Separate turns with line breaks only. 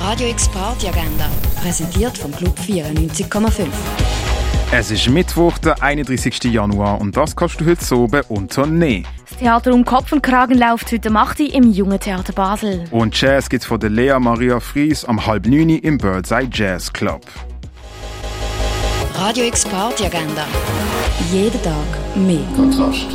Radio X Party Agenda, präsentiert vom Club 94,5.
Es ist Mittwoch, der 31. Januar und das kannst du heute oben unternehmen.
Das Theater um Kopf und Kragen läuft heute am 8. Uhr im Jungen Theater Basel.
Und Jazz gibt's von der Lea Maria Fries am halb 9 Uhr im Birdseye Jazz Club.
Radio X Party Agenda. Jeden Tag mehr.
Kontrast.